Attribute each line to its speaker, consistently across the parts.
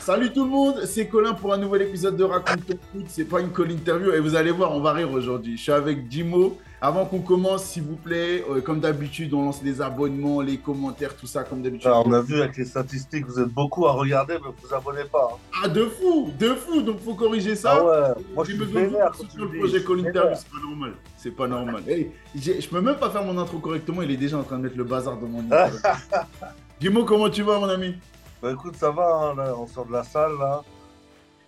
Speaker 1: Salut tout le monde, c'est Colin pour un nouvel épisode de Raconte ton foot. C'est pas une call interview et vous allez voir, on va rire aujourd'hui. Je suis avec Jimo. Avant qu'on commence, s'il vous plaît, euh, comme d'habitude, on lance les abonnements, les commentaires, tout ça, comme d'habitude.
Speaker 2: Alors, Bah, on a vu avec les statistiques, vous êtes beaucoup à regarder, mais vous vous abonnez pas. hein.
Speaker 1: Ah, de fou, de fou, donc faut corriger ça.
Speaker 2: Ah ouais, moi je
Speaker 1: J'ai
Speaker 2: suis
Speaker 1: besoin de vous
Speaker 2: vénère
Speaker 1: pour
Speaker 2: quand tu
Speaker 1: soutenir
Speaker 2: le
Speaker 1: le
Speaker 2: dis,
Speaker 1: projet
Speaker 2: je
Speaker 1: Call
Speaker 2: suis
Speaker 1: Interview,
Speaker 2: vénère. Ah.
Speaker 1: c'est pas normal. C'est pas normal. Hey, j'ai- je peux même pas faire mon intro correctement, il est déjà en train de mettre le bazar dans mon interview. Jimo, comment tu vas, mon ami
Speaker 2: Bah écoute, ça va, hein, là, on sort de la salle là.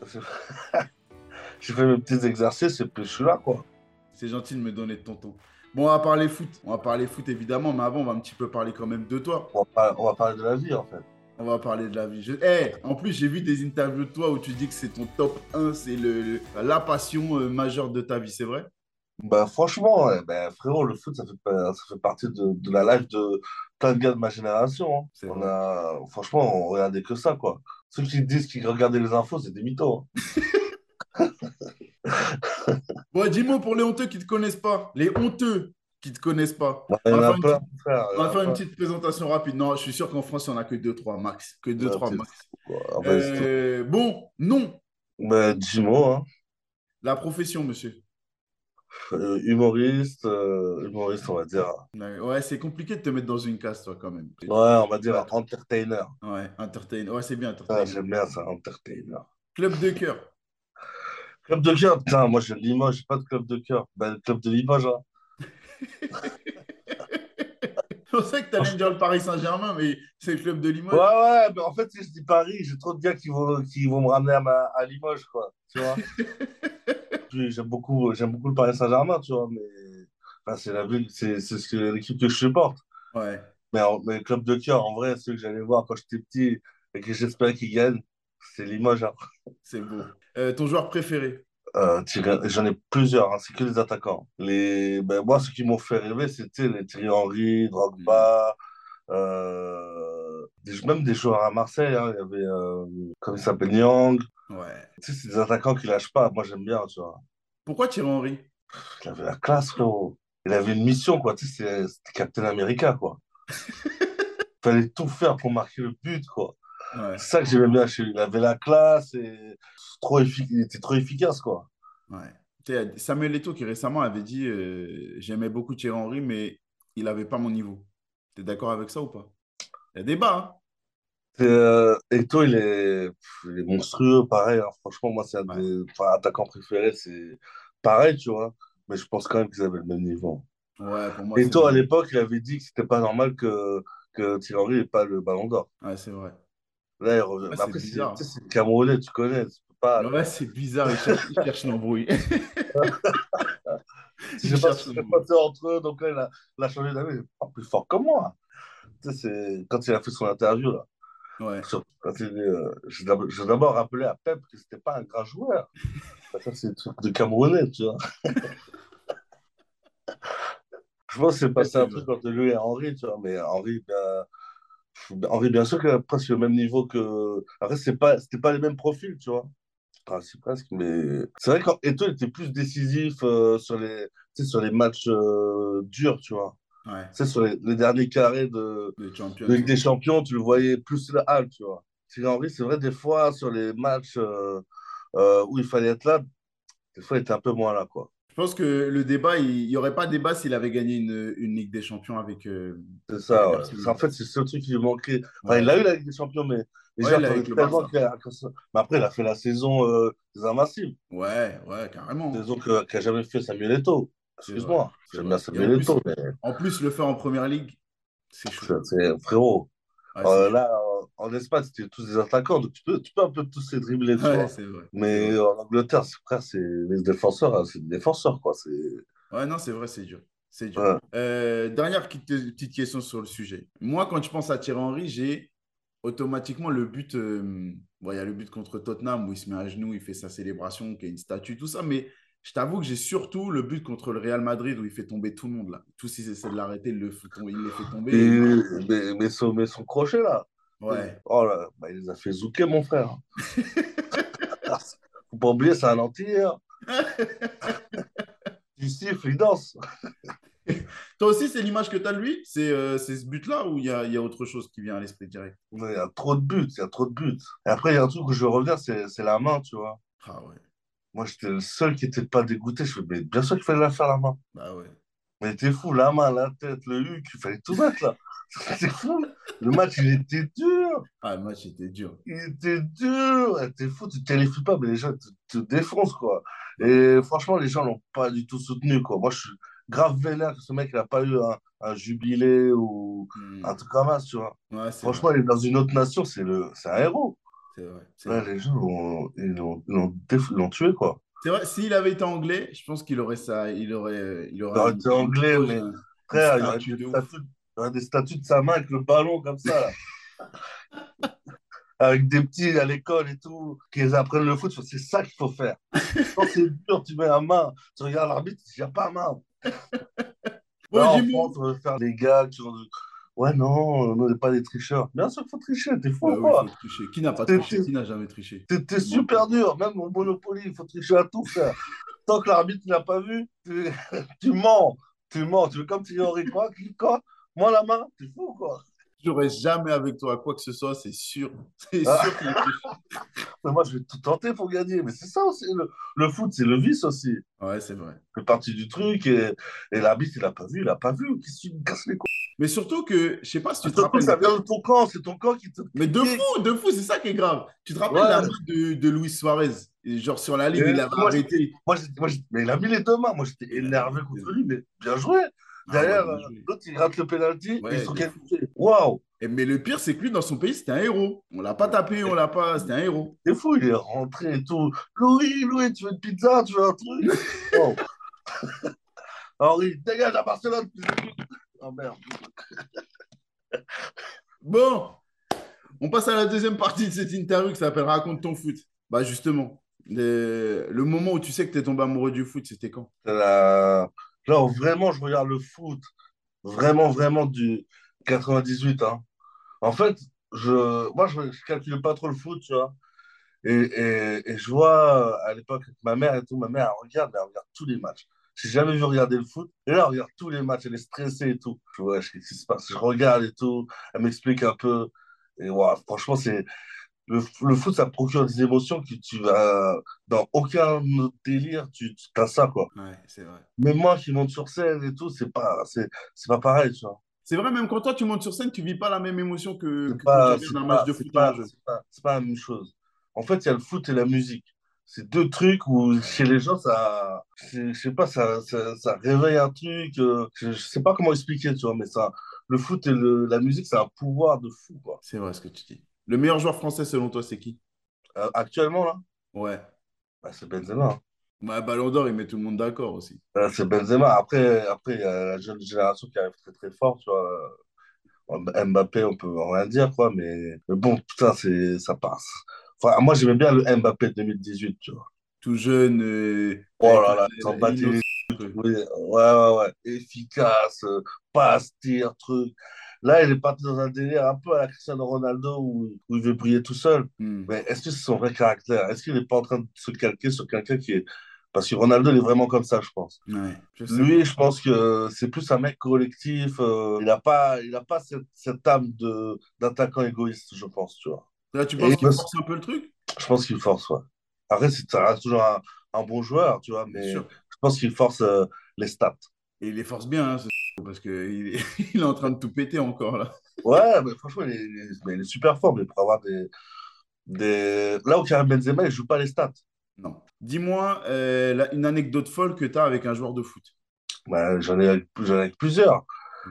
Speaker 2: J'ai fait mes petits exercices et puis je suis là quoi.
Speaker 1: C'est gentil de me donner de ton temps. Bon, on va parler foot. On va parler foot, évidemment, mais avant, on va un petit peu parler quand même de toi.
Speaker 2: On va, par- on va parler de la vie en fait.
Speaker 1: On va parler de la vie. Je- Eh, en plus, j'ai vu des interviews de toi où tu dis que c'est ton top 1, c'est le, le- la passion euh, majeure de ta vie, c'est vrai
Speaker 2: Bah franchement, ouais, bah, frérot, le foot ça fait, pas- ça fait partie de, de la life de plein de gars de ma génération. hein.
Speaker 1: C'est
Speaker 2: On
Speaker 1: vrai.
Speaker 2: a, franchement, on regardait que ça quoi. Ceux qui disent qu'ils regardaient les infos, c'est des mythos. hein.
Speaker 1: Bon, dis-moi pour les honteux qui ne te connaissent pas, les honteux qui ne te connaissent pas.
Speaker 2: Il y
Speaker 1: On
Speaker 2: en
Speaker 1: va faire
Speaker 2: a
Speaker 1: une
Speaker 2: plein, frère, il y
Speaker 1: On
Speaker 2: en
Speaker 1: va
Speaker 2: a
Speaker 1: faire une
Speaker 2: plein.
Speaker 1: petite présentation rapide. Non, je suis sûr qu'en France, il n'y en a que 2-3 max. Que 2-3
Speaker 2: Ouais,
Speaker 1: max.
Speaker 2: Ah, bah, c'est tout.
Speaker 1: Euh, bon, non.
Speaker 2: Bah, Jimo, hein.
Speaker 1: La profession, monsieur.
Speaker 2: Euh, humoriste, euh, humoriste, on va dire.
Speaker 1: Ouais, ouais, c'est compliqué de te mettre dans une case, toi, quand même.
Speaker 2: Ouais, on va dire entertainer.
Speaker 1: Ouais, entertain. Ouais, c'est bien, entertain.
Speaker 2: Ah, j'aime bien ça, entertainer.
Speaker 1: Club de cœur.
Speaker 2: Club de cœur, putain, moi j'ai Limoges, j'ai pas de club de cœur. Ben, le club de Limoges, hein.
Speaker 1: On sait que tu allais me dire le Paris Saint-Germain, mais c'est le club de
Speaker 2: Ouais,
Speaker 1: Limoges.
Speaker 2: ouais, mais en fait, si je dis Paris, j'ai trop de gars qui vont, qui vont me ramener à, ma- à Limoges, quoi. Tu vois? Puis, j'aime beaucoup, j'aime beaucoup le Paris Saint-Germain, tu vois, mais enfin, c'est la ville, c'est c'est ce que- l'équipe que je supporte.
Speaker 1: Ouais.
Speaker 2: Mais, en- mais club de cœur, en vrai, ceux que j'allais voir quand j'étais petit et que j'espérais qu'ils gagnent, c'est Limoges, hein.
Speaker 1: c'est beau. Euh, ton joueur préféré?
Speaker 2: Euh, Thierry- j'en ai plusieurs, hein, c'est que les attaquants. Les, ben, moi, ceux qui m'ont fait rêver, c'était les Thierry Henry, Drogba, euh, des- même des joueurs à Marseille. hein, il y avait, euh, comment il s'appelle, Niang.
Speaker 1: Ouais.
Speaker 2: Tu sais, c'est des attaquants qui lâchent pas. Moi, j'aime bien, tu vois.
Speaker 1: Pourquoi Thierry Henry?
Speaker 2: Il avait la classe, frérot. Il avait une mission, quoi. Tu sais, c'est- c'était Captain America, quoi. Fallait tout faire pour marquer le but, quoi.
Speaker 1: Ouais.
Speaker 2: C'est ça que j'aimais bien chez lui. Il avait la classe et trop effi- il était trop efficace, quoi.
Speaker 1: Ouais. Tu sais, Samuel Eto'o qui récemment avait dit euh, j'aimais beaucoup Thierry Henry, mais il n'avait pas mon niveau. T'es d'accord avec ça ou pas? Il y a débat,
Speaker 2: C'est, Euh, Eto'o, il est, pff, il est monstrueux, pareil. hein. Franchement, moi, c'est un
Speaker 1: Ouais.
Speaker 2: des enfin, attaquants préférés. C'est pareil, tu vois. Mais je pense quand même qu'ils avaient le même niveau.
Speaker 1: hein. Ouais, pour moi, c'est
Speaker 2: Eto'o, à
Speaker 1: vrai.
Speaker 2: l'époque, il avait dit que c'était pas normal que, que Thierry Henry n'ait pas le ballon d'or.
Speaker 1: Ouais, c'est vrai.
Speaker 2: Là, il revient.
Speaker 1: Ouais,
Speaker 2: Mais
Speaker 1: c'est
Speaker 2: après, c'est
Speaker 1: bizarre. hein.
Speaker 2: tu sais, c'est le Camerounais, tu connais. Tu peux pas.
Speaker 1: Ouais, c'est bizarre, il cherche, il cherche l'embrouille.
Speaker 2: Je
Speaker 1: il
Speaker 2: sais pas
Speaker 1: cherche
Speaker 2: ce qui
Speaker 1: le
Speaker 2: s'est
Speaker 1: mot.
Speaker 2: passé entre eux. Donc là, il a, il a changé d'avis. Il est pas plus fort que moi. Tu sais, c'est quand il a fait son interview, là.
Speaker 1: Ouais.
Speaker 2: Sur- quand il dit, euh, j'ai d'ab- j'ai d'abord rappelé à Pep que c'était pas un grand joueur. Ça, c'est le truc de Camerounais, tu vois. Je pense que c'est passé un
Speaker 1: C'est
Speaker 2: truc entre lui et Henri, tu vois. Mais Henri, ben, pff, Henri, bien sûr qu'il a presque le même niveau que. Après, c'est pas, c'était pas les mêmes profils, tu vois. Enfin, si, presque, mais c'est vrai qu'Eto était plus décisif euh, sur les, tu sais, sur les matchs euh, durs, tu vois.
Speaker 1: Ouais,
Speaker 2: Tu sais, sur les, les derniers carrés de,
Speaker 1: le champion.
Speaker 2: de Ligue des Champions, tu le voyais plus la halle, tu vois. Thierry Henry, c'est vrai, des fois, sur les matchs euh, euh, où il fallait être là, des fois, il était un peu moins là, quoi.
Speaker 1: Je pense que le débat, il n'y aurait pas débat s'il avait gagné une, une Ligue des Champions avec. euh,
Speaker 2: C'est ça, ouais.
Speaker 1: Absolument.
Speaker 2: C'est- En fait, c'est ce truc qui lui manquait. Enfin, il
Speaker 1: ouais.
Speaker 2: a eu la Ligue des Champions, mais les
Speaker 1: Ouais,
Speaker 2: gens
Speaker 1: il l'a
Speaker 2: attendaient
Speaker 1: avec le
Speaker 2: tellement
Speaker 1: Barça.
Speaker 2: qu'il a- que ça- Mais après, il a fait la saison euh, des Invincibles,
Speaker 1: Ouais, ouais, carrément.
Speaker 2: saison que- qu'a jamais fait Samuel Eto'o.
Speaker 1: C'est
Speaker 2: Excuse-moi,
Speaker 1: c'est
Speaker 2: j'aime
Speaker 1: vrai.
Speaker 2: bien Samuel
Speaker 1: Et en plus-
Speaker 2: Eto'o, mais
Speaker 1: En plus, le faire en première ligue, c'est chaud.
Speaker 2: c'est- c'est- frérot.
Speaker 1: Ouais,
Speaker 2: euh,
Speaker 1: Ah, c'est
Speaker 2: là, euh, en Espagne, c'était tous des attaquants, donc tu peux, tu peux un peu tous les dribbler, tu
Speaker 1: chaud.
Speaker 2: vois.
Speaker 1: Ouais, c'est vrai.
Speaker 2: Mais euh,
Speaker 1: C'est
Speaker 2: en Angleterre, c'est frère, c'est les défenseurs, hein, c'est des défenseurs, quoi. C'est
Speaker 1: vrai. Ouais, non, c'est vrai, c'est dur. C'est dur.
Speaker 2: ouais.
Speaker 1: Euh, dernière qui- petite question sur le sujet. Moi, quand je pense à Thierry Henry, j'ai automatiquement le but. euh, bon, il y a le but contre Tottenham où il se met à genoux, il fait sa célébration, qui est une statue, tout ça. Mais je t'avoue que j'ai surtout le but contre le Real Madrid où il fait tomber tout le monde. Là. Tous, ils essaient de l'arrêter, il le fait tom- il les fait
Speaker 2: Et,
Speaker 1: tomber.
Speaker 2: mais, mais son, mais son crochet là,
Speaker 1: Ouais,
Speaker 2: oh là, bah, il les a fait zouker, mon frère. hein. Faut pas oublier, c'est un antillais. hein. Tu siffles, il danse.
Speaker 1: Toi aussi, c'est l'image que tu as de lui C'est euh, c'est ce but-là ou il y a, il y a autre chose qui vient à l'esprit direct
Speaker 2: Il y a trop de buts, il y a trop de buts. Et après, il y a un truc où je veux revenir, c'est c'est la main, tu vois.
Speaker 1: Ah ouais,
Speaker 2: Moi, j'étais le seul qui n'était pas dégoûté. Je fais, mais bien sûr qu'il fallait la faire la main.
Speaker 1: bah ouais.
Speaker 2: Mais t'es fou, la main, la tête, le huc, il fallait tout mettre là. T'es fou. Le match, il était dur.
Speaker 1: Ah, le match était dur.
Speaker 2: Il était dur. Eh, T'es fou, tu qualifies pas, mais les gens te, te défoncent, quoi. Et franchement, les gens l'ont pas du tout soutenu, quoi. Moi, je suis grave vénère que ce mec, il a pas eu un, un jubilé ou
Speaker 1: Hmm.
Speaker 2: un truc comme ça, tu vois.
Speaker 1: Ouais, c'est
Speaker 2: Franchement, il est dans une autre nation, c'est le, c'est un héros.
Speaker 1: vrai, c'est vrai, c'est
Speaker 2: Là,
Speaker 1: vrai.
Speaker 2: les gens l'ont, ils l'ont, ils l'ont déf- ils l'ont tué, quoi.
Speaker 1: C'est vrai, s'il avait été anglais, je pense qu'il aurait ça. Il aurait, euh, il
Speaker 2: Il
Speaker 1: aurait
Speaker 2: aurait
Speaker 1: une-
Speaker 2: été anglais, mais
Speaker 1: une
Speaker 2: frère, il y aurait
Speaker 1: statue
Speaker 2: des
Speaker 1: de ouf.
Speaker 2: statues, il y aurait des statues de sa main avec le ballon comme ça, là. avec des petits à l'école et tout, qui apprennent le foot. C'est ça qu'il faut faire. Quand c'est dur, tu mets la main, tu regardes l'arbitre, il n'y a pas main.
Speaker 1: Bon,
Speaker 2: Là, en
Speaker 1: Jimmy.
Speaker 2: France, on veut faire des gars qui sont de- Ouais, non, on n'est pas des tricheurs. Bien sûr qu'il faut tricher, t'es fou
Speaker 1: Bah
Speaker 2: ou
Speaker 1: oui,
Speaker 2: quoi
Speaker 1: il faut tricher. Qui n'a pas
Speaker 2: C'est-
Speaker 1: triché? Qui n'a jamais triché?
Speaker 2: T'es t'es super dur, même au Monopoly, il faut tricher à tout, frère. Tant que l'arbitre n'a pas vu, tu... tu mens, tu mens. Tu veux comme tu Henri, quoi, qui- quoi Moi, la main, t'es fou ou quoi
Speaker 1: J'aurais jamais avec toi quoi que ce soit, c'est sûr. C'est
Speaker 2: Ah.
Speaker 1: sûr qu'il a triché.
Speaker 2: Mais Moi, je vais tout tenter pour gagner. Mais c'est ça aussi, le, le foot, c'est le vice aussi.
Speaker 1: Ouais, c'est vrai.
Speaker 2: fait partie du truc et, et l'arbitre il a pas vu, il a pas vu, qu'est-ce que tu me casses les couilles
Speaker 1: Mais surtout que, je sais pas si tu te
Speaker 2: Surtout que
Speaker 1: rappelles,
Speaker 2: ça vient de ton camp, c'est ton camp qui te.
Speaker 1: mais de fou, de fou, c'est ça qui est grave. Tu te rappelles
Speaker 2: Ouais.
Speaker 1: la main de, de Luis Suarez, Et genre sur la ligne,
Speaker 2: Et
Speaker 1: il avait
Speaker 2: moi,
Speaker 1: arrêté.
Speaker 2: Moi, j'étais- moi, j'étais- mais il a mis les deux mains, moi j'étais
Speaker 1: Il a
Speaker 2: énervé
Speaker 1: mis les
Speaker 2: contre
Speaker 1: deux
Speaker 2: lui, mais bien joué.
Speaker 1: Ah ouais,
Speaker 2: Derrière,
Speaker 1: bien
Speaker 2: euh,
Speaker 1: joué.
Speaker 2: l'autre il rate le pénalty,
Speaker 1: Ouais,
Speaker 2: et ils sont
Speaker 1: de
Speaker 2: qualifiés. Waouh,
Speaker 1: Et- mais le pire, c'est que lui, dans son pays, c'était un héros. On l'a pas tapé, on l'a pas. C'était un héros.
Speaker 2: c'est fou, il est rentré et tout. Louis, Louis, tu veux une pizza, tu veux un truc Wow. Henri, dégage à Barcelone. Oh merde.
Speaker 1: Bon, on passe à la deuxième partie de cette interview qui s'appelle Raconte ton foot. Bah justement, le, le moment où tu sais que tu es tombé amoureux du foot, c'était quand?
Speaker 2: Là, là, vraiment, je regarde le foot, vraiment, vraiment du 98. Hein. En fait, je, moi, je ne calcule pas trop le foot, tu vois. Et, et, et je vois euh, à l'époque avec ma mère et tout, ma mère, elle regarde, mais elle regarde tous les matchs. J'ai jamais vu regarder le foot. Et là, elle regarde tous les matchs, elle est stressée et tout. Je vois, qu'est-ce qui se passe? Je regarde et tout, elle m'explique un peu. Et voilà, franchement, c'est le, le foot, ça procure des émotions que tu vas, dans aucun autre délire, tu, tu as ça, quoi.
Speaker 1: Ouais, c'est vrai.
Speaker 2: Même moi qui monte sur scène et tout, c'est pas, c'est, c'est pas pareil, tu vois.
Speaker 1: C'est vrai, même quand toi, tu montes sur scène, tu vis pas la même émotion que,
Speaker 2: C'est
Speaker 1: que quand
Speaker 2: pas,
Speaker 1: tu
Speaker 2: c'est
Speaker 1: regardes un match
Speaker 2: pas,
Speaker 1: de
Speaker 2: c'est
Speaker 1: foot en
Speaker 2: pas,
Speaker 1: jeu.
Speaker 2: c'est pas, c'est pas la même chose. En fait, il y a le foot et la musique. C'est deux trucs où chez les gens, ça, c'est- je sais pas, ça, ça, ça réveille un truc. euh, je, je sais pas comment expliquer, tu vois, mais ça, le foot et le- la musique, ça a un pouvoir de fou, quoi.
Speaker 1: C'est vrai ce que tu dis. Le meilleur joueur français, selon toi, c'est qui?
Speaker 2: Euh, actuellement, là,
Speaker 1: Ouais.
Speaker 2: bah, c'est Benzema. hein.
Speaker 1: Bah, Ballon d'Or, il met tout le monde d'accord aussi.
Speaker 2: Euh, c'est Benzema. Après, après, il y a la jeune génération qui arrive très, très fort, tu vois. Euh, Mbappé, on peut rien dire, quoi, mais, mais bon, putain, c'est, ça passe. Enfin, moi, j'aimais bien le Mbappé 2018, tu vois.
Speaker 1: Tout jeune, euh,
Speaker 2: Oh
Speaker 1: avec
Speaker 2: là
Speaker 1: la- euh,
Speaker 2: là, ils s'en
Speaker 1: la-
Speaker 2: battaient les
Speaker 1: l'innocence.
Speaker 2: oui, ouais, ouais, ouais, efficace, euh, passe, tir, truc. Là, il est parti dans un délire un peu à la Cristiano Ronaldo où, où il veut briller tout seul.
Speaker 1: Hmm.
Speaker 2: Mais est-ce que c'est son vrai caractère? Est-ce qu'il n'est pas en train de se calquer sur quelqu'un qui est... Parce que Ronaldo, il est vraiment comme ça, je pense.
Speaker 1: Ouais, je sais.
Speaker 2: Lui, je pense que c'est plus un mec collectif. euh, il n'a pas, il a pas cette, cette âme de, d'attaquant égoïste, je pense, tu vois.
Speaker 1: Là, tu
Speaker 2: Et
Speaker 1: penses qu'il
Speaker 2: parce-
Speaker 1: force un peu le truc?
Speaker 2: je pense qu'il force, ouais. Après, c'est- ça reste toujours un, un bon joueur, tu vois,
Speaker 1: Bien
Speaker 2: mais
Speaker 1: sûr.
Speaker 2: je pense qu'il force euh, les stats.
Speaker 1: Et il les force bien, hein, ce parce qu'il est... il est en train de tout péter encore, là.
Speaker 2: Ouais, mais franchement, il est, il est- mais il est super fort, mais pour avoir des, des... Là où Karim Benzema, il joue pas les stats.
Speaker 1: Non. Dis-moi euh, la- une anecdote folle que tu as avec un joueur de foot.
Speaker 2: Bah, j'en ai, avec- j'en ai avec plusieurs.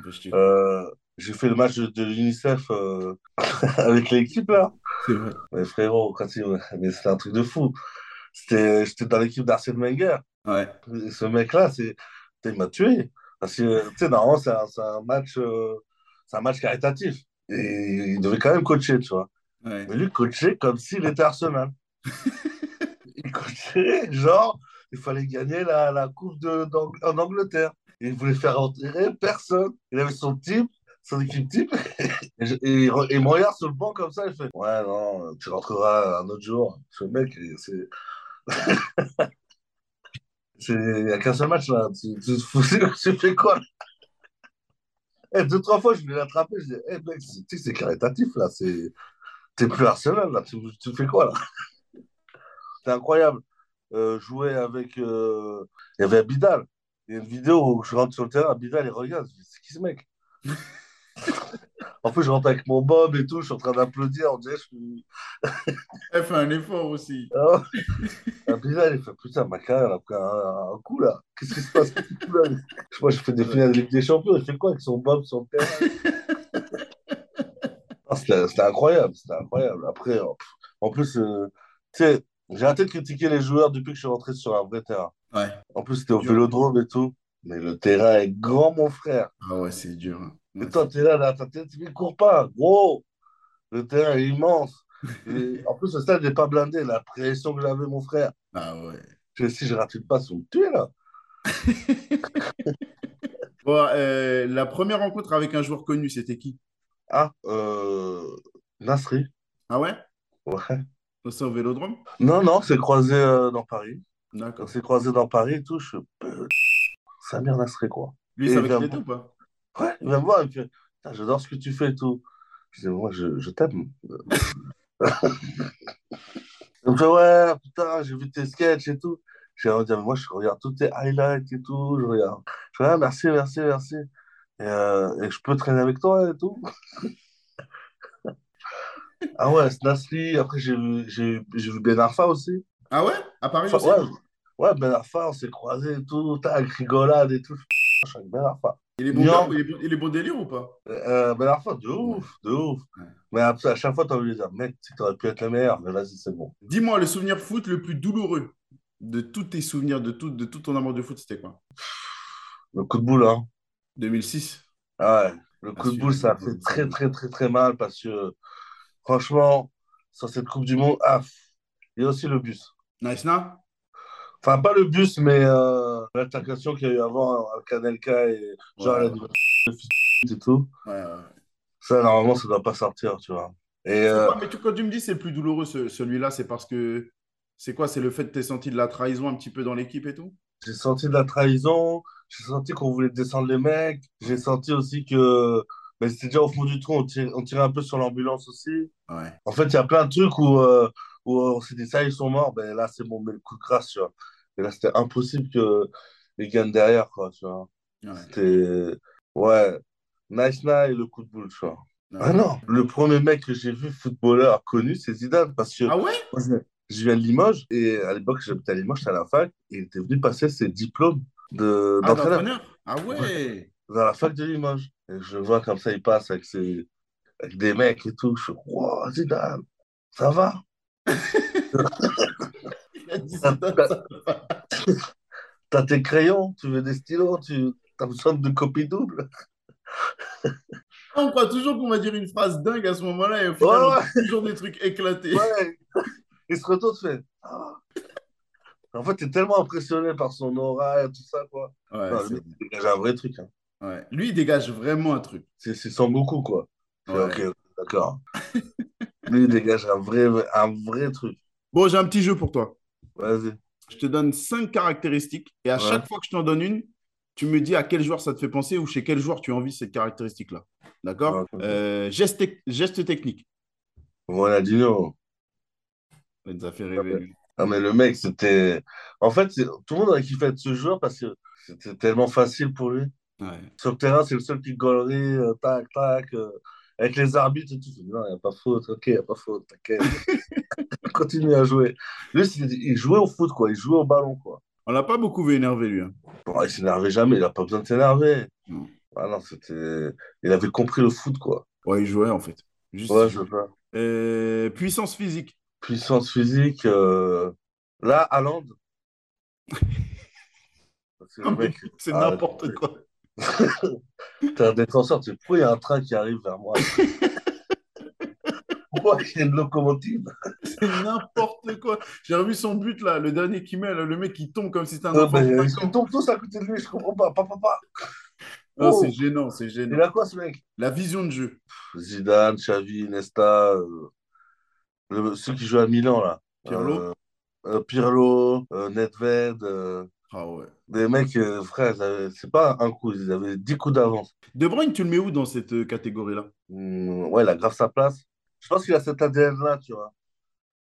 Speaker 1: Je t'écoute.
Speaker 2: Euh, j'ai fait le match de, de l'UNICEF euh, avec l'équipe, là.
Speaker 1: C'est vrai.
Speaker 2: Mais frérot, quand il- mais c'était un truc de fou. C'était, j'étais dans l'équipe d'Arsène Wenger.
Speaker 1: Ouais.
Speaker 2: Et ce mec-là, c'est, putain, il m'a tué. Parce que, tu sais, normalement, c'est un, c'est un match, euh, c'est un match caritatif. Et il devait quand même coacher, tu vois.
Speaker 1: ouais.
Speaker 2: Mais lui, coachait comme s'il était Arsenal. Il coachait, genre, il fallait gagner la, la Coupe de, d'Ang- en Angleterre. Et il voulait faire rentrer personne. Il avait son type, son équipe type. Et, je- et il, re- il me regarde sur le banc comme ça. Il fait Ouais, non, tu rentreras un autre jour. Ce mec, c'est. Il n'y a qu'un seul match là. Tu, tu, tu fais quoi là Eh, Deux, trois fois, je l'ai attrapé. Je dis, eh, mec, c'est- tu sais, c'est caritatif là. c'est- T'es plus Arsenal là. Tu, tu fais quoi là C'est incroyable. Euh, jouer avec. euh, Il y avait Abidal. Il y a une vidéo où je rentre sur le terrain, Abidal, il regarde. Je dis, C'est qui ce mec En plus, je rentre avec mon bob et tout. Je suis en train d'applaudir. On dirait, que je suis.
Speaker 1: Elle fait un effort aussi.
Speaker 2: Ah ouais. Puis là, il fait putain, ma carrière, elle a pris un, un coup là. Qu'est-ce qui se passe avec ce coup, là Je crois que je fais des finales de Ligue des Champions. Il fait quoi avec son bob sur le terrain Non, C'était c'était incroyable, c'était incroyable. Après, en- pff, en plus, euh, tu sais, j'ai arrêté de critiquer les joueurs depuis que je suis rentré sur un vrai terrain.
Speaker 1: Ouais.
Speaker 2: En plus, c'était au
Speaker 1: Dur.
Speaker 2: vélodrome et tout. Mais le terrain est grand, mon frère.
Speaker 1: Ah ouais, c'est dur. hein. Ouais,
Speaker 2: Et toi, t'es là, là, ta tête, tu ne cours pas, gros. Le terrain est immense. Et en plus, le stade n'est pas blindé. La pression que j'avais, mon frère.
Speaker 1: c'est- Ah ouais.
Speaker 2: Je- Si je rate une passe, on me tue là.
Speaker 1: Bon, euh, la première rencontre avec un joueur connu, c'était qui?
Speaker 2: Ah, euh, Nasri.
Speaker 1: Ah ouais?
Speaker 2: Ouais.
Speaker 1: Aussi au Vélodrome?
Speaker 2: Non, non, c'est croisé euh, dans Paris. Quand
Speaker 1: D'accord.
Speaker 2: c'est croisé dans Paris et tout, je peux- Samir Nasri, quoi.
Speaker 1: Lui, il savait
Speaker 2: Et
Speaker 1: qui
Speaker 2: vers-
Speaker 1: t'étais ou pas?
Speaker 2: Ouais, il vient me voir et puis, Putain, j'adore ce que tu fais et tout. Je dis, moi, je, je t'aime. Il me fait, ouais, putain, j'ai vu tes sketchs et tout. J'ai envie de dire, mais moi, je regarde tous tes highlights et tout. Je regarde. Je fais, ah, merci, merci, merci. Et, euh, et je peux traîner avec toi et tout. ah ouais, c'est Nasri. Après, j'ai vu, j'ai vu- j'ai vu Ben Arfa aussi.
Speaker 1: Ah ouais? À Paris
Speaker 2: Enfin,
Speaker 1: aussi?
Speaker 2: ouais, ouais, Ben Arfa, on s'est croisés et tout. Tac, rigolade et tout. Je suis avec Ben Arfa.
Speaker 1: Il est bon,
Speaker 2: Non.
Speaker 1: il est bon- il est bon délire ou pas?
Speaker 2: Euh, ben Arfa, de ouf, de ouf.
Speaker 1: Ouais.
Speaker 2: Mais à, à chaque fois, t'as envie de dire, mec, tu aurais pu être le meilleur, mais vas-y, c'est bon.
Speaker 1: Dis-moi, le souvenir foot le plus douloureux de tous tes souvenirs, de tout, de tout ton amour de foot, c'était quoi?
Speaker 2: Le coup de boule, hein.
Speaker 1: 2006?
Speaker 2: Ah ouais, le
Speaker 1: Ah,
Speaker 2: coup de
Speaker 1: si,
Speaker 2: boule,
Speaker 1: le
Speaker 2: ça a
Speaker 1: coup de
Speaker 2: fait
Speaker 1: boule,
Speaker 2: très,
Speaker 1: oui.
Speaker 2: très, très, très mal parce que, euh, franchement, sur cette Coupe du Monde, ah, il y a aussi le bus.
Speaker 1: Nice, non?
Speaker 2: Enfin, pas le bus, mais euh, l'altercation qu'il y a eu avant euh, avec Anelka et genre,
Speaker 1: Ouais,
Speaker 2: elle a
Speaker 1: ouais.
Speaker 2: dit, le fils de pute et tout.
Speaker 1: Ouais, ouais, ouais.
Speaker 2: Ça, normalement, ça doit pas sortir, tu vois. Et
Speaker 1: C'est
Speaker 2: euh,
Speaker 1: quoi, mais tu- quand tu me dis c'est le plus douloureux ce- celui-là, c'est parce que c'est quoi? C'est le fait que tu es senti de la trahison un petit peu dans l'équipe et tout?
Speaker 2: J'ai senti de la trahison, j'ai senti qu'on voulait descendre les mecs, j'ai senti aussi que ben, c'était déjà au fond du trou, on tirait, on tirait un peu sur l'ambulance aussi.
Speaker 1: Ouais.
Speaker 2: En fait, il y a plein de trucs où, euh, où on s'est dit ça, ils sont morts, ben là c'est bon, mais le coup de grâce, tu vois. Et là, c'était impossible que ils gagnent derrière, quoi, tu vois.
Speaker 1: Ouais.
Speaker 2: C'était. Ouais, nice night et le coup de boule, tu vois. Ah
Speaker 1: Ouais.
Speaker 2: non, le premier mec que j'ai vu footballeur connu, c'est Zidane, parce que
Speaker 1: Ah ouais?
Speaker 2: moi, je je viens de Limoges et à l'époque j'habitais à Limoges, j'étais à la fac et il était venu passer ses diplômes de,
Speaker 1: Ah,
Speaker 2: d'entraîneur
Speaker 1: d'entraîneur? Ah ouais!
Speaker 2: dans la fac de Limoges. Et je vois comme ça, il passe avec, ses, avec des mecs et tout. Je suis, wow, Zidane, ça va?
Speaker 1: Il a dit ça
Speaker 2: T'as,
Speaker 1: dans
Speaker 2: t'as-
Speaker 1: sa-
Speaker 2: t'as tes crayons, tu veux des stylos, tu t'as besoin de copies doubles.
Speaker 1: On croit toujours qu'on va dire une phrase dingue à ce moment-là et au final,
Speaker 2: Ouais,
Speaker 1: on
Speaker 2: ouais.
Speaker 1: dit toujours des trucs éclatés.
Speaker 2: Ouais. Il se retourne, tu fais, ah. En fait, t'es tellement impressionné par son aura et tout ça, quoi.
Speaker 1: Ouais,
Speaker 2: Non,
Speaker 1: c'est
Speaker 2: lui,
Speaker 1: bon.
Speaker 2: il dégage un vrai truc. hein.
Speaker 1: Ouais. Lui, il dégage vraiment un truc.
Speaker 2: C'est, c'est Sangoku, quoi. Je fais,
Speaker 1: Ouais.
Speaker 2: Ok, d'accord. Lui, il dégage un vrai, un vrai truc.
Speaker 1: Bon, j'ai un petit jeu pour toi.
Speaker 2: Vas-y.
Speaker 1: Je te donne cinq caractéristiques et à
Speaker 2: Ouais.
Speaker 1: chaque fois que je t'en donne une, tu me dis à quel joueur ça te fait penser ou chez quel joueur tu as envie cette caractéristique-là. D'accord?
Speaker 2: Ouais.
Speaker 1: Euh, geste, tec- geste technique.
Speaker 2: Ronaldinho.
Speaker 1: Ça nous a fait rêver. lui.
Speaker 2: Ah, mais le mec, c'était. En fait, c'est- tout le monde a kiffé de ce joueur parce que c'était tellement facile pour lui.
Speaker 1: Ouais.
Speaker 2: Sur le terrain, c'est le seul qui gaulerie, euh, tac, tac. euh, avec les arbitres et tout. Je dis, Non, il n'y a pas faute, ok, il n'y a pas faute, t'inquiète. Continue à jouer. Lui, c'est- il jouait au foot, quoi. Il jouait au ballon, quoi.
Speaker 1: On l'a pas beaucoup vu énerver, lui. hein.
Speaker 2: Bon, il s'énervait jamais, il n'a pas besoin de s'énerver.
Speaker 1: Non.
Speaker 2: Ah non, c'était. Il avait compris le foot, quoi.
Speaker 1: Ouais, il jouait en fait. Juste,
Speaker 2: Ouais,
Speaker 1: il
Speaker 2: je
Speaker 1: jouait.
Speaker 2: veux pas.
Speaker 1: Euh, puissance physique.
Speaker 2: Puissance physique. euh, Là, Haaland. Parce que le mec,
Speaker 1: C'est
Speaker 2: Ah,
Speaker 1: n'importe quoi.
Speaker 2: t'es un défenseur, tu sais, pourquoi il y a un train qui arrive vers moi? Pourquoi il y a une locomotive?
Speaker 1: C'est n'importe quoi. J'ai revu son but là, le dernier qu'il met, là, le mec qui tombe comme si c'était un
Speaker 2: Ouais,
Speaker 1: enfant.
Speaker 2: Euh, mais
Speaker 1: de
Speaker 2: ils
Speaker 1: cinq ans.
Speaker 2: tombent tous à côté de lui, je comprends pas. Papa, papa.
Speaker 1: Non, Ah,
Speaker 2: Oh,
Speaker 1: c'est gênant, c'est
Speaker 2: il
Speaker 1: gênant.
Speaker 2: a quoi ce mec?
Speaker 1: La vision de jeu.
Speaker 2: Zidane, Xavi, Nesta, euh, le- ceux qui jouent à Milan là.
Speaker 1: Pirlo.
Speaker 2: Euh, euh, Pirlo, euh, Nedved, euh,
Speaker 1: Ah ouais.
Speaker 2: Les mecs, euh, frère, ils avaient- c'est pas un coup, ils avaient 10 coups d'avance.
Speaker 1: De Bruyne, tu le mets où dans cette euh, catégorie-là
Speaker 2: Hmm, ouais, il a grave sa place. Je pense qu'il a cet ADN-là, tu vois.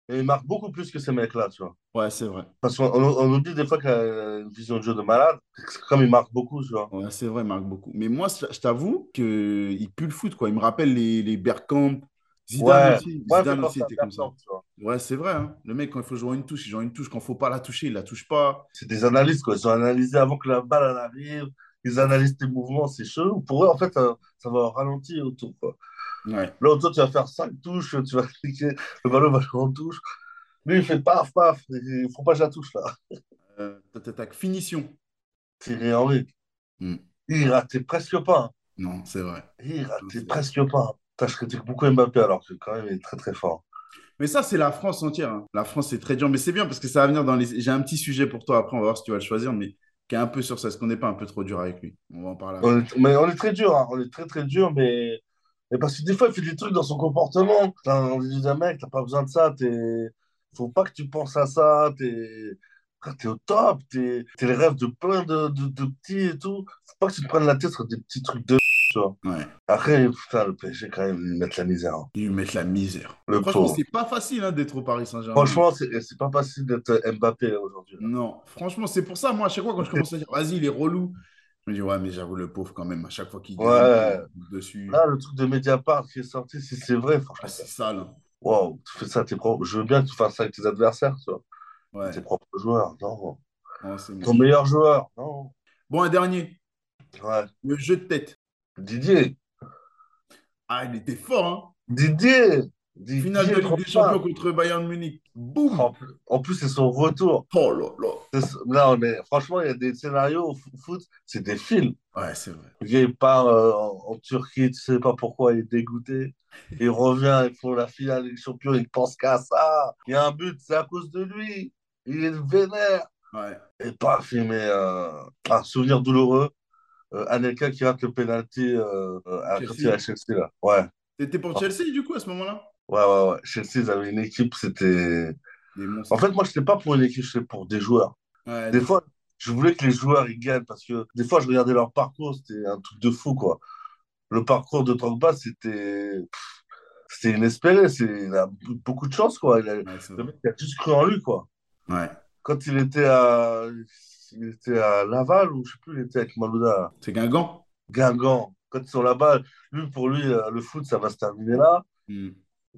Speaker 2: Et il marque beaucoup plus que ces mecs-là, tu vois.
Speaker 1: Ouais, c'est vrai.
Speaker 2: Parce qu'on on- on nous dit des fois qu'il a une vision de jeu de malade, c'est comme il marque beaucoup, tu vois.
Speaker 1: Ouais, c'est vrai, il marque beaucoup. Mais moi, je je t'avoue qu'il pue le foot, quoi. Il me rappelle les, les Bergkamp, Zidane
Speaker 2: Ouais,
Speaker 1: aussi.
Speaker 2: ouais, c'est
Speaker 1: Zidane
Speaker 2: pensé
Speaker 1: aussi
Speaker 2: à
Speaker 1: était comme ça.
Speaker 2: Bergkamp, tu vois.
Speaker 1: Ouais, c'est vrai. hein. Le mec, quand il faut jouer une touche, il joue une touche. Quand il ne faut pas la toucher, il la touche pas.
Speaker 2: C'est des analystes, quoi. Ils ont analysé avant que la balle elle arrive, ils analysent tes mouvements, c'est chelou. Pour eux, en fait, ça, ça va ralentir autour, quoi.
Speaker 1: Ouais.
Speaker 2: Là, autour, tu vas faire 5 touches, tu vas cliquer, le ballon va aller en touche. Lui, il fait paf, paf, il faut pas que je la touche, là.
Speaker 1: Euh, tac, tac, tac. Finition.
Speaker 2: Thierry Henry,
Speaker 1: Hmm.
Speaker 2: il ratait presque pas. hein.
Speaker 1: Non, c'est vrai.
Speaker 2: Il
Speaker 1: Non,
Speaker 2: ratait
Speaker 1: c'est vrai.
Speaker 2: presque pas. hein. Putain, je critique beaucoup Mbappé, alors que quand même, il est très, très fort.
Speaker 1: Mais ça, c'est la France entière. hein. La France, c'est très dur. Mais c'est bien parce que ça va venir dans les. J'ai un petit sujet pour toi. Après, on va voir si tu vas le choisir. Mais qui est un peu sur ça. Est-ce qu'on n'est pas un peu trop dur avec lui? On va en parler après.
Speaker 2: On est, mais on est très dur, hein. On est très, très dur, mais... mais parce que des fois, il fait des trucs dans son comportement. Putain, on lui dit, Ah, mec, t'as pas besoin de ça, t'es... Faut pas que tu penses à ça, t'es... frère, T'es au top, t'es t'es le rêve de plein de, de, de petits et tout. Faut pas que tu te prennes la tête sur des petits trucs de... tu vois.
Speaker 1: Ouais.
Speaker 2: Après, putain, le PSG, quand même, ils mettent la misère. hein.
Speaker 1: Ils lui mettent la misère.
Speaker 2: Le
Speaker 1: Franchement,
Speaker 2: pauvre.
Speaker 1: c'est pas facile hein, d'être au Paris Saint-Germain.
Speaker 2: Franchement, c'est c'est pas facile d'être Mbappé aujourd'hui. là.
Speaker 1: Non, franchement, c'est pour ça, moi, à chaque fois, quand je commence à dire, vas-y, il est relou, je me dis, ouais, mais j'avoue, le pauvre, quand même, à chaque fois qu'il dit un mot, il
Speaker 2: Ouais. Ah,
Speaker 1: me fout dessus,
Speaker 2: Là, le truc de Mediapart qui est sorti, si c'est vrai,
Speaker 1: ah,
Speaker 2: franchement,
Speaker 1: c'est sale. hein.
Speaker 2: waouh, tu fais ça, t'es propre. Je veux bien que tu fasses ça avec tes adversaires, tu vois. Mais
Speaker 1: Ouais,
Speaker 2: Tes propres joueurs, non.
Speaker 1: non, c'est
Speaker 2: Ton
Speaker 1: mort.
Speaker 2: meilleur joueur, non.
Speaker 1: Bon, un dernier,
Speaker 2: Ouais.
Speaker 1: le jeu de tête.
Speaker 2: Didier,
Speaker 1: Ah, il était fort,
Speaker 2: Didier,
Speaker 1: hein. Finale de
Speaker 2: Didier
Speaker 1: Ligue des
Speaker 2: Drogba.
Speaker 1: Champions contre Bayern Munich. Boum!
Speaker 2: En plus, en plus, c'est son retour.
Speaker 1: Oh là là.
Speaker 2: C'est son- Là, on est... Franchement, il y a des scénarios au fo- foot, c'est des films.
Speaker 1: Ouais, c'est vrai.
Speaker 2: Le gars, Il part euh, en en Turquie, tu sais pas pourquoi, il est dégoûté. Il revient, ils font la finale des champions, il pense qu'à ça. Il y a un but, c'est à cause de lui. Il est vénère.
Speaker 1: Ouais,
Speaker 2: Et paf, il met euh, un souvenir douloureux. Euh, Anelka qui rate le penalty euh, à quand il est à
Speaker 1: Chelsea.
Speaker 2: Chelsea, là. Ouais,
Speaker 1: T'étais
Speaker 2: Oh.
Speaker 1: pour Chelsea, du coup, à ce moment-là?
Speaker 2: ouais, ouais, ouais. Chelsea, ils avaient une équipe, c'était...
Speaker 1: Des
Speaker 2: En
Speaker 1: monstres.
Speaker 2: fait, moi, je n'étais pas pour une équipe, j'étais pour des joueurs.
Speaker 1: Ouais,
Speaker 2: Des
Speaker 1: des fois.
Speaker 2: fois, je voulais que les joueurs, ils gagnent parce que des fois, je regardais leur parcours, c'était un truc de fou, quoi. le parcours de Drogba, c'était pff, c'était inespéré. C'est, il a b- beaucoup de chance, quoi. Il a-
Speaker 1: Ouais, c'est vrai.
Speaker 2: le mec il a juste cru en lui, quoi.
Speaker 1: Ouais,
Speaker 2: Quand il était à, il était à Laval, ou je sais plus, il était avec Malouda,
Speaker 1: c'est Guingamp.
Speaker 2: Guingamp. Quand ils sont là-bas, lui, pour lui, euh, le foot, ça va se terminer là.
Speaker 1: Hmm.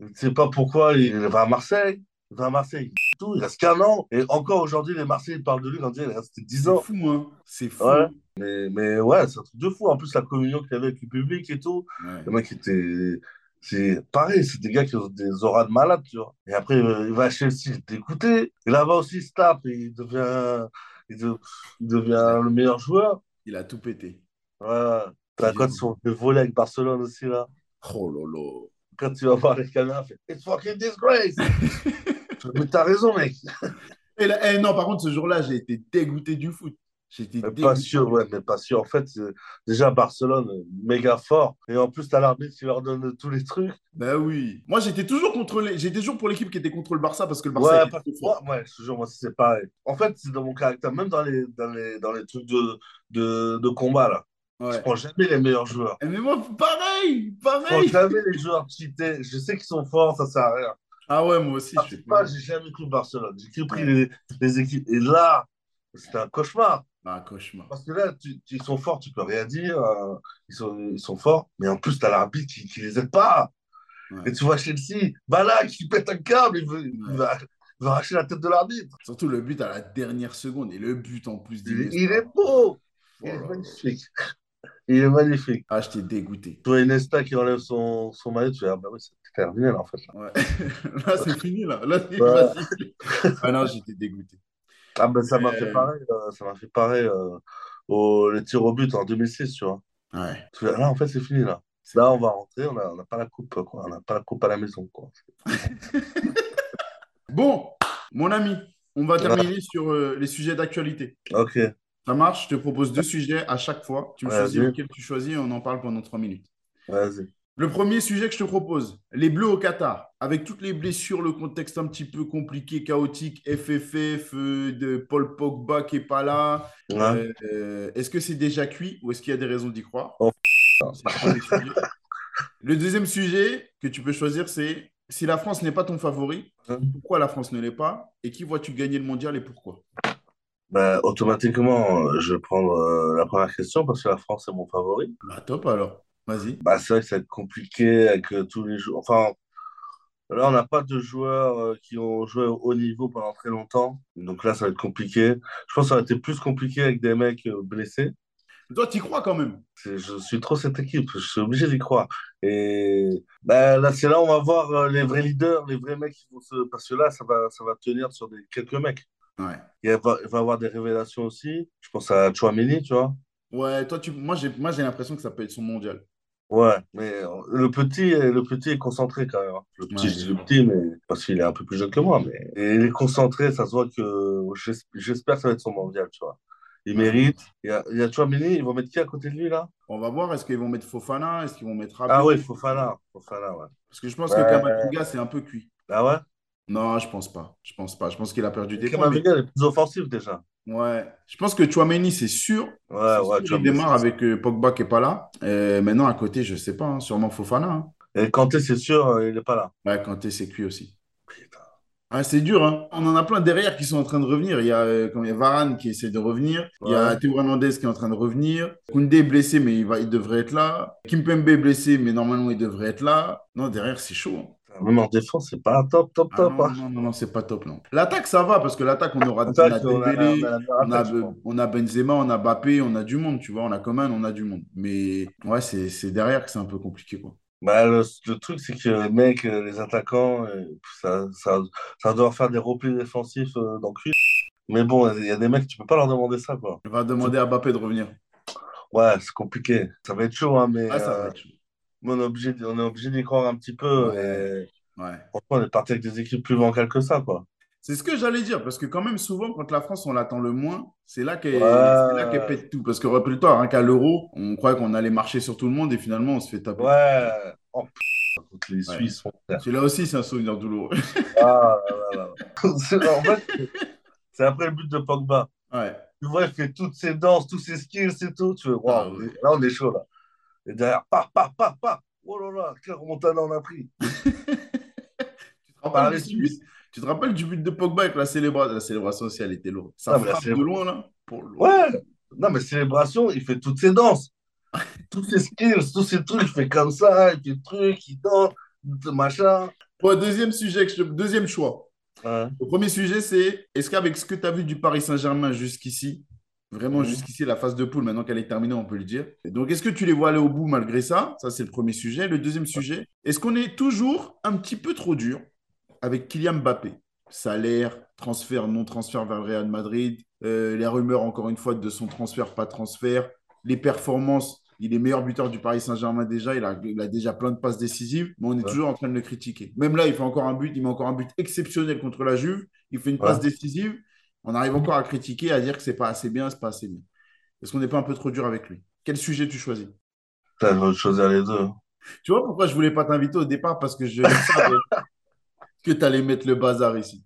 Speaker 2: Je ne sais pas pourquoi, il va à Marseille. Il va à Marseille, il tout, il reste qu'un an. Et encore aujourd'hui, les Marseillais parlent de lui quand il restait 10
Speaker 1: C'est
Speaker 2: ans.
Speaker 1: fou, hein. C'est fou.
Speaker 2: Ouais.
Speaker 1: hein.
Speaker 2: Mais, mais ouais, c'est un truc de fou. En plus, la communion qu'il y avait avec le public et tout.
Speaker 1: Ouais.
Speaker 2: Le mec était. C'est pareil, c'est des gars qui ont des auras de malade, tu vois. Et après, euh, il va à Chelsea, il est dégoûté. Et là-bas aussi, il se tape, et il devient, il de- il
Speaker 1: Il a,
Speaker 2: devient le meilleur joueur.
Speaker 1: il a tout pété.
Speaker 2: Voilà. T'as-
Speaker 1: Didier
Speaker 2: Quand ils
Speaker 1: Drogba.
Speaker 2: sont volés avec Barcelone aussi, là,
Speaker 1: Oh lolo.
Speaker 2: quand tu vas voir les caméras, fait It's fucking disgrace! Je fais, Mais t'as raison, mec.
Speaker 1: Et là, eh non, par contre, ce jour-là, j'ai été dégoûté du foot. J'étais
Speaker 2: Mais pas
Speaker 1: dégoûté.
Speaker 2: sûr, ouais, mais pas sûr. En fait, euh, déjà, Barcelone, euh, méga fort. Et en plus, t'as l'arbitre qui leur donne tous les trucs.
Speaker 1: Bah oui. Moi, j'étais toujours contre les... j'étais toujours pour l'équipe qui était contre le Barça parce que le Barça
Speaker 2: Ouais,
Speaker 1: était
Speaker 2: parce que
Speaker 1: trop fort.
Speaker 2: moi, ouais, je te jure, moi, c'est pareil. En fait, c'est dans mon caractère, même dans les, dans les, dans les trucs de, de, de combat, là. Je
Speaker 1: Ouais.
Speaker 2: prends jamais les meilleurs joueurs.
Speaker 1: Eh, Mais moi, pareil,
Speaker 2: Je prends
Speaker 1: pareil.
Speaker 2: jamais les joueurs cheatés. Je sais qu'ils sont forts, ça sert à rien.
Speaker 1: Ah ouais, moi aussi,
Speaker 2: Ah,
Speaker 1: je
Speaker 2: je
Speaker 1: fais
Speaker 2: sais pas,
Speaker 1: pareil.
Speaker 2: j'ai jamais cru Barcelone. J'ai cru pris
Speaker 1: Ouais.
Speaker 2: les, les équipes. Et là, c'était un cauchemar.
Speaker 1: Ah, cauchemar.
Speaker 2: Parce que là, tu- tu- ils sont forts, tu peux rien dire. euh, ils sont, ils sont forts. Mais en plus, t'as l'arbitre qui, qui les aide pas. Et
Speaker 1: Ouais.
Speaker 2: tu vois Chelsea, Balak, qui pète un câble, il veut, il
Speaker 1: Ouais.
Speaker 2: va, il va arracher la tête de l'arbitre.
Speaker 1: Surtout le but à la dernière seconde. Et le but en plus
Speaker 2: Il,
Speaker 1: d'Inesta.
Speaker 2: il est
Speaker 1: Oh
Speaker 2: beau. Il est
Speaker 1: là là.
Speaker 2: magnifique. Il est magnifique.
Speaker 1: Ah, j'étais dégoûté.
Speaker 2: Tu vois Iniesta qui enlève son, son maillot, tu fais, ah ben oui, c'est terminé là en fait. là.
Speaker 1: Ouais. Là, c'est fini, là. Là, il va
Speaker 2: Ouais.
Speaker 1: siffler. Ah non, j'étais dégoûté.
Speaker 2: Ah ben ça m'a fait
Speaker 1: Euh,
Speaker 2: pareil, euh, ça m'a fait pareil euh, au, le tir au but en 2006, tu vois.
Speaker 1: Ouais,
Speaker 2: Tu fais, ah, là en fait c'est fini là.
Speaker 1: c'est
Speaker 2: Là on
Speaker 1: vrai.
Speaker 2: va rentrer, on a- on n'a pas la coupe quoi, on n'a pas la coupe à la maison quoi.
Speaker 1: Bon, mon ami, on va
Speaker 2: Ouais,
Speaker 1: terminer sur euh, les sujets d'actualité.
Speaker 2: ok,
Speaker 1: Ça marche, je te propose deux sujets à chaque fois. Tu me choisis
Speaker 2: vas-y,
Speaker 1: lequel tu choisis et on en parle pendant trois minutes.
Speaker 2: vas-y.
Speaker 1: Le premier sujet que je te propose, les Bleus au Qatar. avec toutes les blessures, le contexte un petit peu compliqué, chaotique, FFF, euh, de Paul Pogba qui n'est pas là,
Speaker 2: Ouais.
Speaker 1: euh, euh, est-ce que c'est déjà cuit ou est-ce qu'il y a des raisons d'y croire
Speaker 2: Oh,
Speaker 1: C'est le premier sujet. Le deuxième sujet que tu peux choisir, c'est si la France n'est pas ton favori,
Speaker 2: Hein
Speaker 1: pourquoi la France ne l'est pas et qui vois-tu gagner le mondial et pourquoi
Speaker 2: Bah, automatiquement, euh, je vais prendre euh, la première question parce que la France est mon favori.
Speaker 1: Bah, top alors, vas-y.
Speaker 2: Bah, c'est vrai que ça va être compliqué avec euh, tous les jours. Enfin, là, on n'a pas de joueurs euh, qui ont joué au haut niveau pendant très longtemps. Donc là, ça va être compliqué. Je pense que ça aurait été plus compliqué avec des mecs euh, blessés.
Speaker 1: Toi, t'y crois quand même.
Speaker 2: C'est- Je suis trop cette équipe, je suis obligé d'y croire. Et bah, là, c'est là où on va voir euh, les vrais leaders, les vrais mecs qui vont se. Parce que là, ça va, ça va tenir sur des... quelques mecs.
Speaker 1: Ouais.
Speaker 2: Il va, il va y avoir des révélations aussi. Je pense à Chouameni, tu vois.
Speaker 1: Ouais, toi, tu... moi, j'ai moi, j'ai l'impression que ça peut être son mondial.
Speaker 2: Ouais, mais euh, le petit, le petit est concentré quand même. hein. Le petit,
Speaker 1: Ouais.
Speaker 2: je dis le petit, mais parce qu'il est un peu plus jeune que moi, mais et il est concentré, ça se voit que j'es- j'espère que ça va être son mondial, tu vois. Il mérite. Il y a, il y a Tchouaméni, ils vont mettre qui à côté de lui là?
Speaker 1: On va voir, est-ce qu'ils vont mettre Fofana, est-ce qu'ils vont mettre Rabiot
Speaker 2: Ah ouais, Fofana, Fofana, ouais.
Speaker 1: Parce que je pense
Speaker 2: Ouais.
Speaker 1: que Kamavinga, c'est un peu cuit.
Speaker 2: Ah ouais?
Speaker 1: Non, je pense pas. Je pense pas. Je pense qu'il a perdu des points.
Speaker 2: Kamavinga, il est plus offensif déjà.
Speaker 1: mais- Ouais. Je pense que Chouameni, c'est sûr.
Speaker 2: Ouais,
Speaker 1: C'est
Speaker 2: ouais,
Speaker 1: sûr, il
Speaker 2: Tchouaméni,
Speaker 1: démarre
Speaker 2: c'est-
Speaker 1: avec euh, Pogba qui est pas là. Euh, maintenant, à côté, je sais pas. hein, sûrement Fofana. hein.
Speaker 2: Et Kanté, c'est sûr, euh, il est pas là.
Speaker 1: Ouais, Kanté, c'est cuit aussi.
Speaker 2: Putain.
Speaker 1: Ah, c'est dur, hein. On en a plein derrière qui sont en train de revenir. Il y a, euh, comment- il y a Varane qui essaie de revenir. Il y a
Speaker 2: Ouais.
Speaker 1: Théo Hernandez qui est en train de revenir. Koundé est blessé, mais il va, il devrait être là. Kimpembe est blessé, mais normalement, il devrait être là. Non, derrière, c'est chaud. hein.
Speaker 2: Même en défense, c'est pas top, top,
Speaker 1: Ah
Speaker 2: top.
Speaker 1: non,
Speaker 2: hein.
Speaker 1: non, non, non, c'est pas top, non. L'attaque, ça va, parce que l'attaque, on aura on
Speaker 2: Attaque,
Speaker 1: a
Speaker 2: on a, la-
Speaker 1: Dembélé,
Speaker 2: on a la meilleure
Speaker 1: on a,
Speaker 2: attaque, je pense.
Speaker 1: on a Benzema, on a Mbappé, on a du monde, tu vois, on a Coman, on a du monde. Mais ouais, c'est c'est derrière que c'est un peu compliqué, quoi.
Speaker 2: Bah, le, le truc, c'est que les mecs, euh, les attaquants, euh, ça, ça, ça doit faire des replis défensifs euh, dans le cul. Mais bon, il y a des mecs, tu peux pas leur demander ça, quoi.
Speaker 1: On va demander à Mbappé de revenir.
Speaker 2: Ouais, c'est compliqué. Ça va être chaud, hein, mais
Speaker 1: Ah, ça va
Speaker 2: euh,
Speaker 1: être chaud.
Speaker 2: on est obligé, on est obligé d'y croire un petit peu.
Speaker 1: Ouais.
Speaker 2: Et
Speaker 1: Ouais.
Speaker 2: franchement, on est parti avec des équipes plus bancales que ça, quoi.
Speaker 1: C'est ce que j'allais dire, parce que quand même, souvent, quand la France, on l'attend le moins, c'est là qu'elle c'est là qu'elle
Speaker 2: Ouais,
Speaker 1: pète tout. Parce que rappelle-toi, rien qu'à l'euro, on croyait qu'on allait marcher sur tout le monde et finalement, on se fait taper.
Speaker 2: ouais. Oh, putain, contre les
Speaker 1: Ouais.
Speaker 2: Suisses, mon frère.
Speaker 1: Celui-là aussi, c'est un souvenir douloureux.
Speaker 2: Ah, là, là, là. C'est- En fait, c'est après le but de Pogba.
Speaker 1: Ouais.
Speaker 2: Tu vois, il fait toutes ses danses, tous ses skills et tout. Tu vois,
Speaker 1: Ah,
Speaker 2: waouh,
Speaker 1: ouais.
Speaker 2: là, on est chaud, là. Et derrière, paf, paf, paf, paf. Oh là là, quelle remontada on a pris.
Speaker 1: Tu te rappelles
Speaker 2: Par
Speaker 1: de
Speaker 2: les
Speaker 1: ce but
Speaker 2: Suisses.
Speaker 1: Tu te rappelles du but de Pogba avec la célébration? La célébration aussi, elle était lourde. Ça
Speaker 2: Non, mais la
Speaker 1: frappe de
Speaker 2: célébration.
Speaker 1: loin, là. Pour loin.
Speaker 2: bah, Ouais. Non, mais célébration, il fait toutes ses danses. Tous ses skills, tous ses trucs. Il fait comme ça, il fait truc, il danse, machin.
Speaker 1: Bon, deuxième sujet, que je- deuxième choix.
Speaker 2: Ouais.
Speaker 1: Le premier sujet, c'est est-ce qu'avec ce que tu as vu du Paris Saint-Germain jusqu'ici, vraiment
Speaker 2: Mhm.
Speaker 1: jusqu'ici, la phase de poule, maintenant qu'elle est terminée, on peut le dire. Et donc, est-ce que tu les vois aller au bout malgré ça? Ça, c'est le premier sujet. Le deuxième sujet, est-ce qu'on est toujours un petit peu trop dur avec Kylian Mbappé? Salaire, transfert, non transfert vers le Real Madrid, euh, les rumeurs, encore une fois, de son transfert, pas transfert, les performances. Il est meilleur buteur du Paris Saint-Germain déjà, il a, il a déjà plein de passes décisives, mais on est
Speaker 2: Ouais.
Speaker 1: toujours en train de le critiquer. Même là, il fait encore un but, il met encore un but exceptionnel contre la Juve, il fait une
Speaker 2: Ouais.
Speaker 1: passe décisive, on arrive encore à critiquer, à dire que c'est pas assez bien, c'est pas assez bien. Est-ce qu'on n'est pas un peu trop dur avec lui? Quel sujet tu choisis?
Speaker 2: Putain, j'aurais choisi les deux.
Speaker 1: Tu vois pourquoi je voulais pas t'inviter au départ? Parce que je savais que tu allais mettre le bazar ici.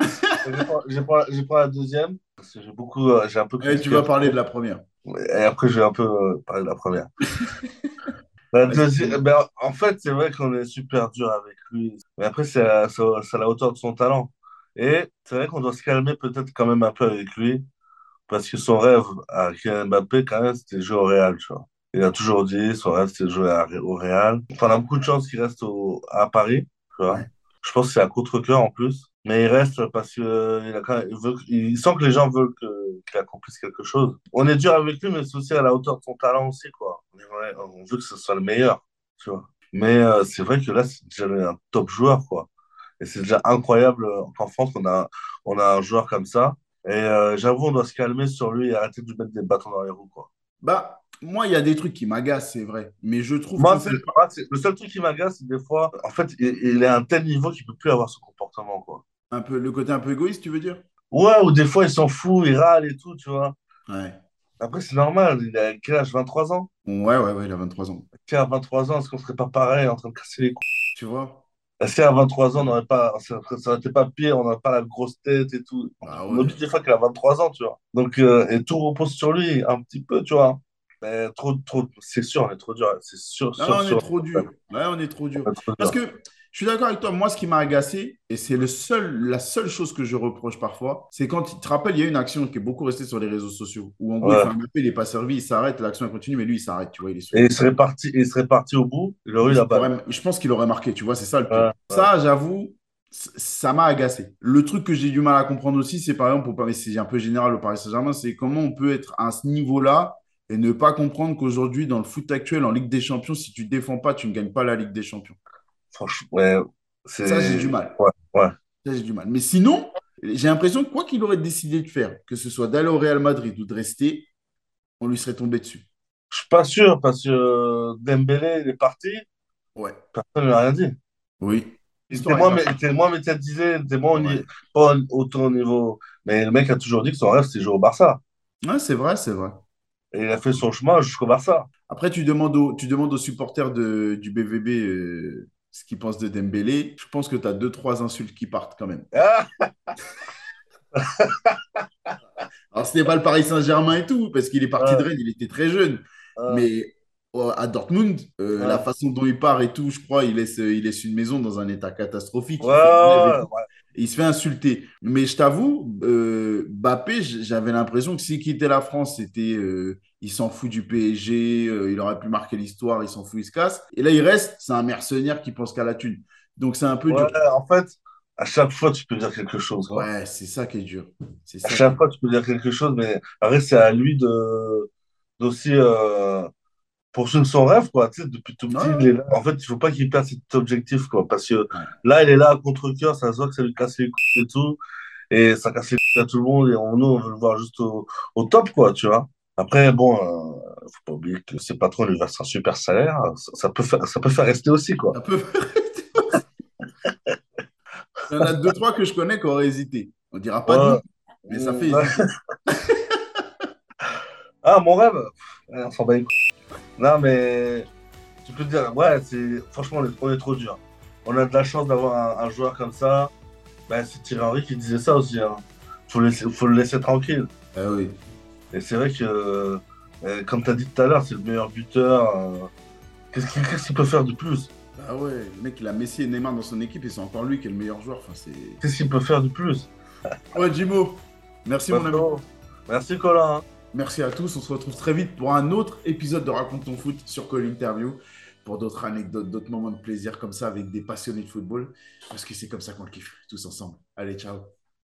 Speaker 2: Je prends, je prends- je prends la deuxième. Parce que j'ai beaucoup, euh, j'ai un peu
Speaker 1: Et Eh, tu
Speaker 2: critiqué.
Speaker 1: vas parler de la première.
Speaker 2: Et après, je vais un peu euh, parler de la première. La
Speaker 1: Vas-y,
Speaker 2: deuxième, eh
Speaker 1: dis-moi.
Speaker 2: ben, en fait, c'est vrai qu'on est super dur avec lui. Mais après, c'est à, c'est à- c'est à la hauteur de son talent. Et c'est vrai qu'on doit se calmer peut-être quand même un peu avec lui. Parce que son rêve à Kylian Mbappé, quand même, c'était de jouer au Real, tu vois. Il a toujours dit, son rêve, c'était de jouer à- au Real. Enfin, on a beaucoup de chance qu'il reste au- à Paris, tu vois.
Speaker 1: Ouais.
Speaker 2: Je pense que c'est à contre-cœur en plus. Mais il reste parce que euh, il a quand même- il veut, il sent que les gens veulent que- qu'il accomplisse quelque chose. On est dur avec lui, mais c'est aussi à la hauteur de son talent aussi, quoi. On aimerait- on veut que ce soit le meilleur, tu vois. Mais euh, c'est vrai que là, c'est déjà un top joueur, quoi. Et c'est déjà incroyable euh, qu'en France, on a, on a un joueur comme ça. Et euh, j'avoue, on doit se calmer sur lui et arrêter de lui mettre des bâtons dans les roues, quoi.
Speaker 1: Bah, moi, il y a des trucs qui m'agacent, c'est vrai. Mais je trouve
Speaker 2: Moi,
Speaker 1: qu'en
Speaker 2: c'est,
Speaker 1: fait,
Speaker 2: moi, c'est- le seul truc qui m'agace, c'est des fois, en fait, il, il est à un tel niveau qu'il peut plus avoir ce comportement, quoi.
Speaker 1: un peu, le côté un peu égoïste, tu veux dire?
Speaker 2: Ouais, ou des fois, il s'en fout, il râle et tout, tu vois.
Speaker 1: Ouais.
Speaker 2: Après, c'est normal, il a quel âge? 23 ans?
Speaker 1: Ouais, ouais, ouais, il a 23 ans.
Speaker 2: Tiens, à 23 ans, est-ce qu'on serait pas pareil en train de casser les couilles?
Speaker 1: Tu vois?
Speaker 2: Si à 23 ans, on n'aurait pas, ça n'était pas pire, on n'a pas la grosse tête et tout.
Speaker 1: Ah
Speaker 2: On
Speaker 1: ouais.
Speaker 2: oublie des fois qu'il a 23 ans, tu vois. Donc, euh, et tout repose sur lui, un petit peu, tu vois. Mais trop, trop, c'est sûr, on est trop dur. C'est sûr,
Speaker 1: Non,
Speaker 2: sûr,
Speaker 1: on est
Speaker 2: sûr.
Speaker 1: trop dur. Ouais, on est trop dur.
Speaker 2: On est trop
Speaker 1: Parce
Speaker 2: dur.
Speaker 1: que je suis d'accord avec toi, moi, ce qui m'a agacé, et c'est le seul, la seule chose que je reproche parfois, c'est quand tu te rappelles, il y a une action qui est beaucoup restée sur les réseaux sociaux, où en gros, il
Speaker 2: Ouais.
Speaker 1: fait un appel, il n'est pas servi, il s'arrête, l'action elle continue, mais lui, il s'arrête, tu vois, il est sur.
Speaker 2: Et il serait parti, et il serait parti au bout, il aurait eu
Speaker 1: Il
Speaker 2: la balle.
Speaker 1: aurait- je pense qu'il aurait marqué, tu vois, c'est ça le pire.
Speaker 2: Ah bah Ouais, ouais.
Speaker 1: Ça, j'avoue, c- ça m'a agacé. Le truc que j'ai du mal à comprendre aussi, c'est par exemple, au Paris, c'est un peu général au Paris Saint-Germain, c'est comment on peut être à ce niveau-là et ne pas comprendre qu'aujourd'hui, dans le foot actuel, en Ligue des Champions, si tu défends pas, tu ne gagnes pas la Ligue des Champions.
Speaker 2: Franchement, ouais,
Speaker 1: Ça, j'ai du
Speaker 2: c'est.
Speaker 1: mal.
Speaker 2: Ouais, ouais.
Speaker 1: Ça, j'ai du mal. Mais sinon, j'ai l'impression que quoi qu'il aurait décidé de faire, que ce soit d'aller au Real Madrid ou de rester, on lui serait tombé dessus.
Speaker 2: Je suis pas sûr parce que euh, Dembélé, il est parti,
Speaker 1: Ouais.
Speaker 2: personne ne lui a rien dit.
Speaker 1: Oui.
Speaker 2: Il était
Speaker 1: L'histoire est
Speaker 2: moins, mé-
Speaker 1: vraie.
Speaker 2: il était moins médiatisé, il était moins au
Speaker 1: Ouais.
Speaker 2: ni- pas autant au niveau. Mais le mec a toujours dit que son rêve, c'est de jouer au Barça.
Speaker 1: Ouais, c'est vrai, c'est vrai.
Speaker 2: Et il a fait son chemin jusqu'au Barça.
Speaker 1: Après, tu demandes, aux- tu demandes aux supporters de, du BVB euh, ce qu'ils pensent de Dembélé. Je pense que tu as deux, trois insultes qui partent quand même.
Speaker 2: Ah
Speaker 1: Alors, ce n'est pas le Paris Saint-Germain et tout, parce qu'il est parti de
Speaker 2: Ouais,
Speaker 1: Rennes, il était très jeune.
Speaker 2: ouais,
Speaker 1: Mais euh, à Dortmund, euh, la
Speaker 2: ouais.
Speaker 1: façon dont il part et tout, je crois, il laisse, euh, il laisse une maison dans un état catastrophique.
Speaker 2: Ouais,
Speaker 1: Il fait une grève et
Speaker 2: ouais,
Speaker 1: tout.
Speaker 2: ouais.
Speaker 1: Et il se fait insulter. Mais je t'avoue, euh, Mbappé, j- j'avais l'impression que s'il quittait la France, c'était euh, il s'en fout du PSG, euh, il aurait pu marquer l'histoire, il s'en fout, il se casse. Et là, il reste, c'est un mercenaire qui pense qu'à la thune. Donc c'est un peu
Speaker 2: Ouais,
Speaker 1: dur.
Speaker 2: en fait, à chaque fois, tu peux dire quelque chose, quoi.
Speaker 1: Ouais, c'est ça qui est dur. C'est
Speaker 2: À
Speaker 1: ça qui
Speaker 2: chaque
Speaker 1: est
Speaker 2: fois, tu peux dire quelque chose, mais après, c'est à lui de d'aussi euh, poursuivre son rêve, quoi. Tu sais, depuis tout
Speaker 1: dur.
Speaker 2: petit, il
Speaker 1: Ouais,
Speaker 2: est là. En fait, il faut pas qu'il perde cet objectif, quoi. Parce que
Speaker 1: ouais.
Speaker 2: là, il est là à contre-cœur, ça se voit que ça lui casse les couilles et tout. Et ça casse les couilles à tout le monde. Et on, nous, on veut le voir juste au, au top, quoi, tu vois. Après, bon, euh, faut pas oublier que ses patrons lui versent un super salaire. Ça, ça peut faire, ça peut faire rester aussi, quoi.
Speaker 1: Un peu. Il y en a deux, trois que je connais qui auraient hésité. On dira pas de
Speaker 2: Ouais.
Speaker 1: nom, mais ça fait
Speaker 2: Ouais.
Speaker 1: hésiter.
Speaker 2: Ah, mon rêve? Ouais, on s'en bat les couilles. Non, mais tu peux te dire, ouais, c'est franchement, on est, on est trop dur. On a de la chance d'avoir un, un joueur comme ça. Ben, c'est Thierry Henry qui disait ça aussi. Hein. Faut le laisser, faut le laisser tranquille.
Speaker 1: Ah oui.
Speaker 2: Et c'est vrai que, euh, euh, comme tu as dit tout à l'heure, c'est le meilleur buteur. euh, Qu'est-ce qu'il qu'est-ce qu'il peut faire de plus?
Speaker 1: Ah ouais, le mec, il a Messi et Neymar dans son équipe et c'est encore lui qui est le meilleur joueur. Enfin, c'est...
Speaker 2: Qu'est-ce qu'il peut faire de plus?
Speaker 1: Ouais, Jimo, merci
Speaker 2: Ouais,
Speaker 1: mon ami.
Speaker 2: frérot. Merci, Colin. hein.
Speaker 1: Merci à tous. On se retrouve très vite pour un autre épisode de Raconte ton foot sur Call Interview, pour d'autres anecdotes, d'autres moments de plaisir comme ça avec des passionnés de football, parce que c'est comme ça qu'on le kiffe tous ensemble. Allez, ciao.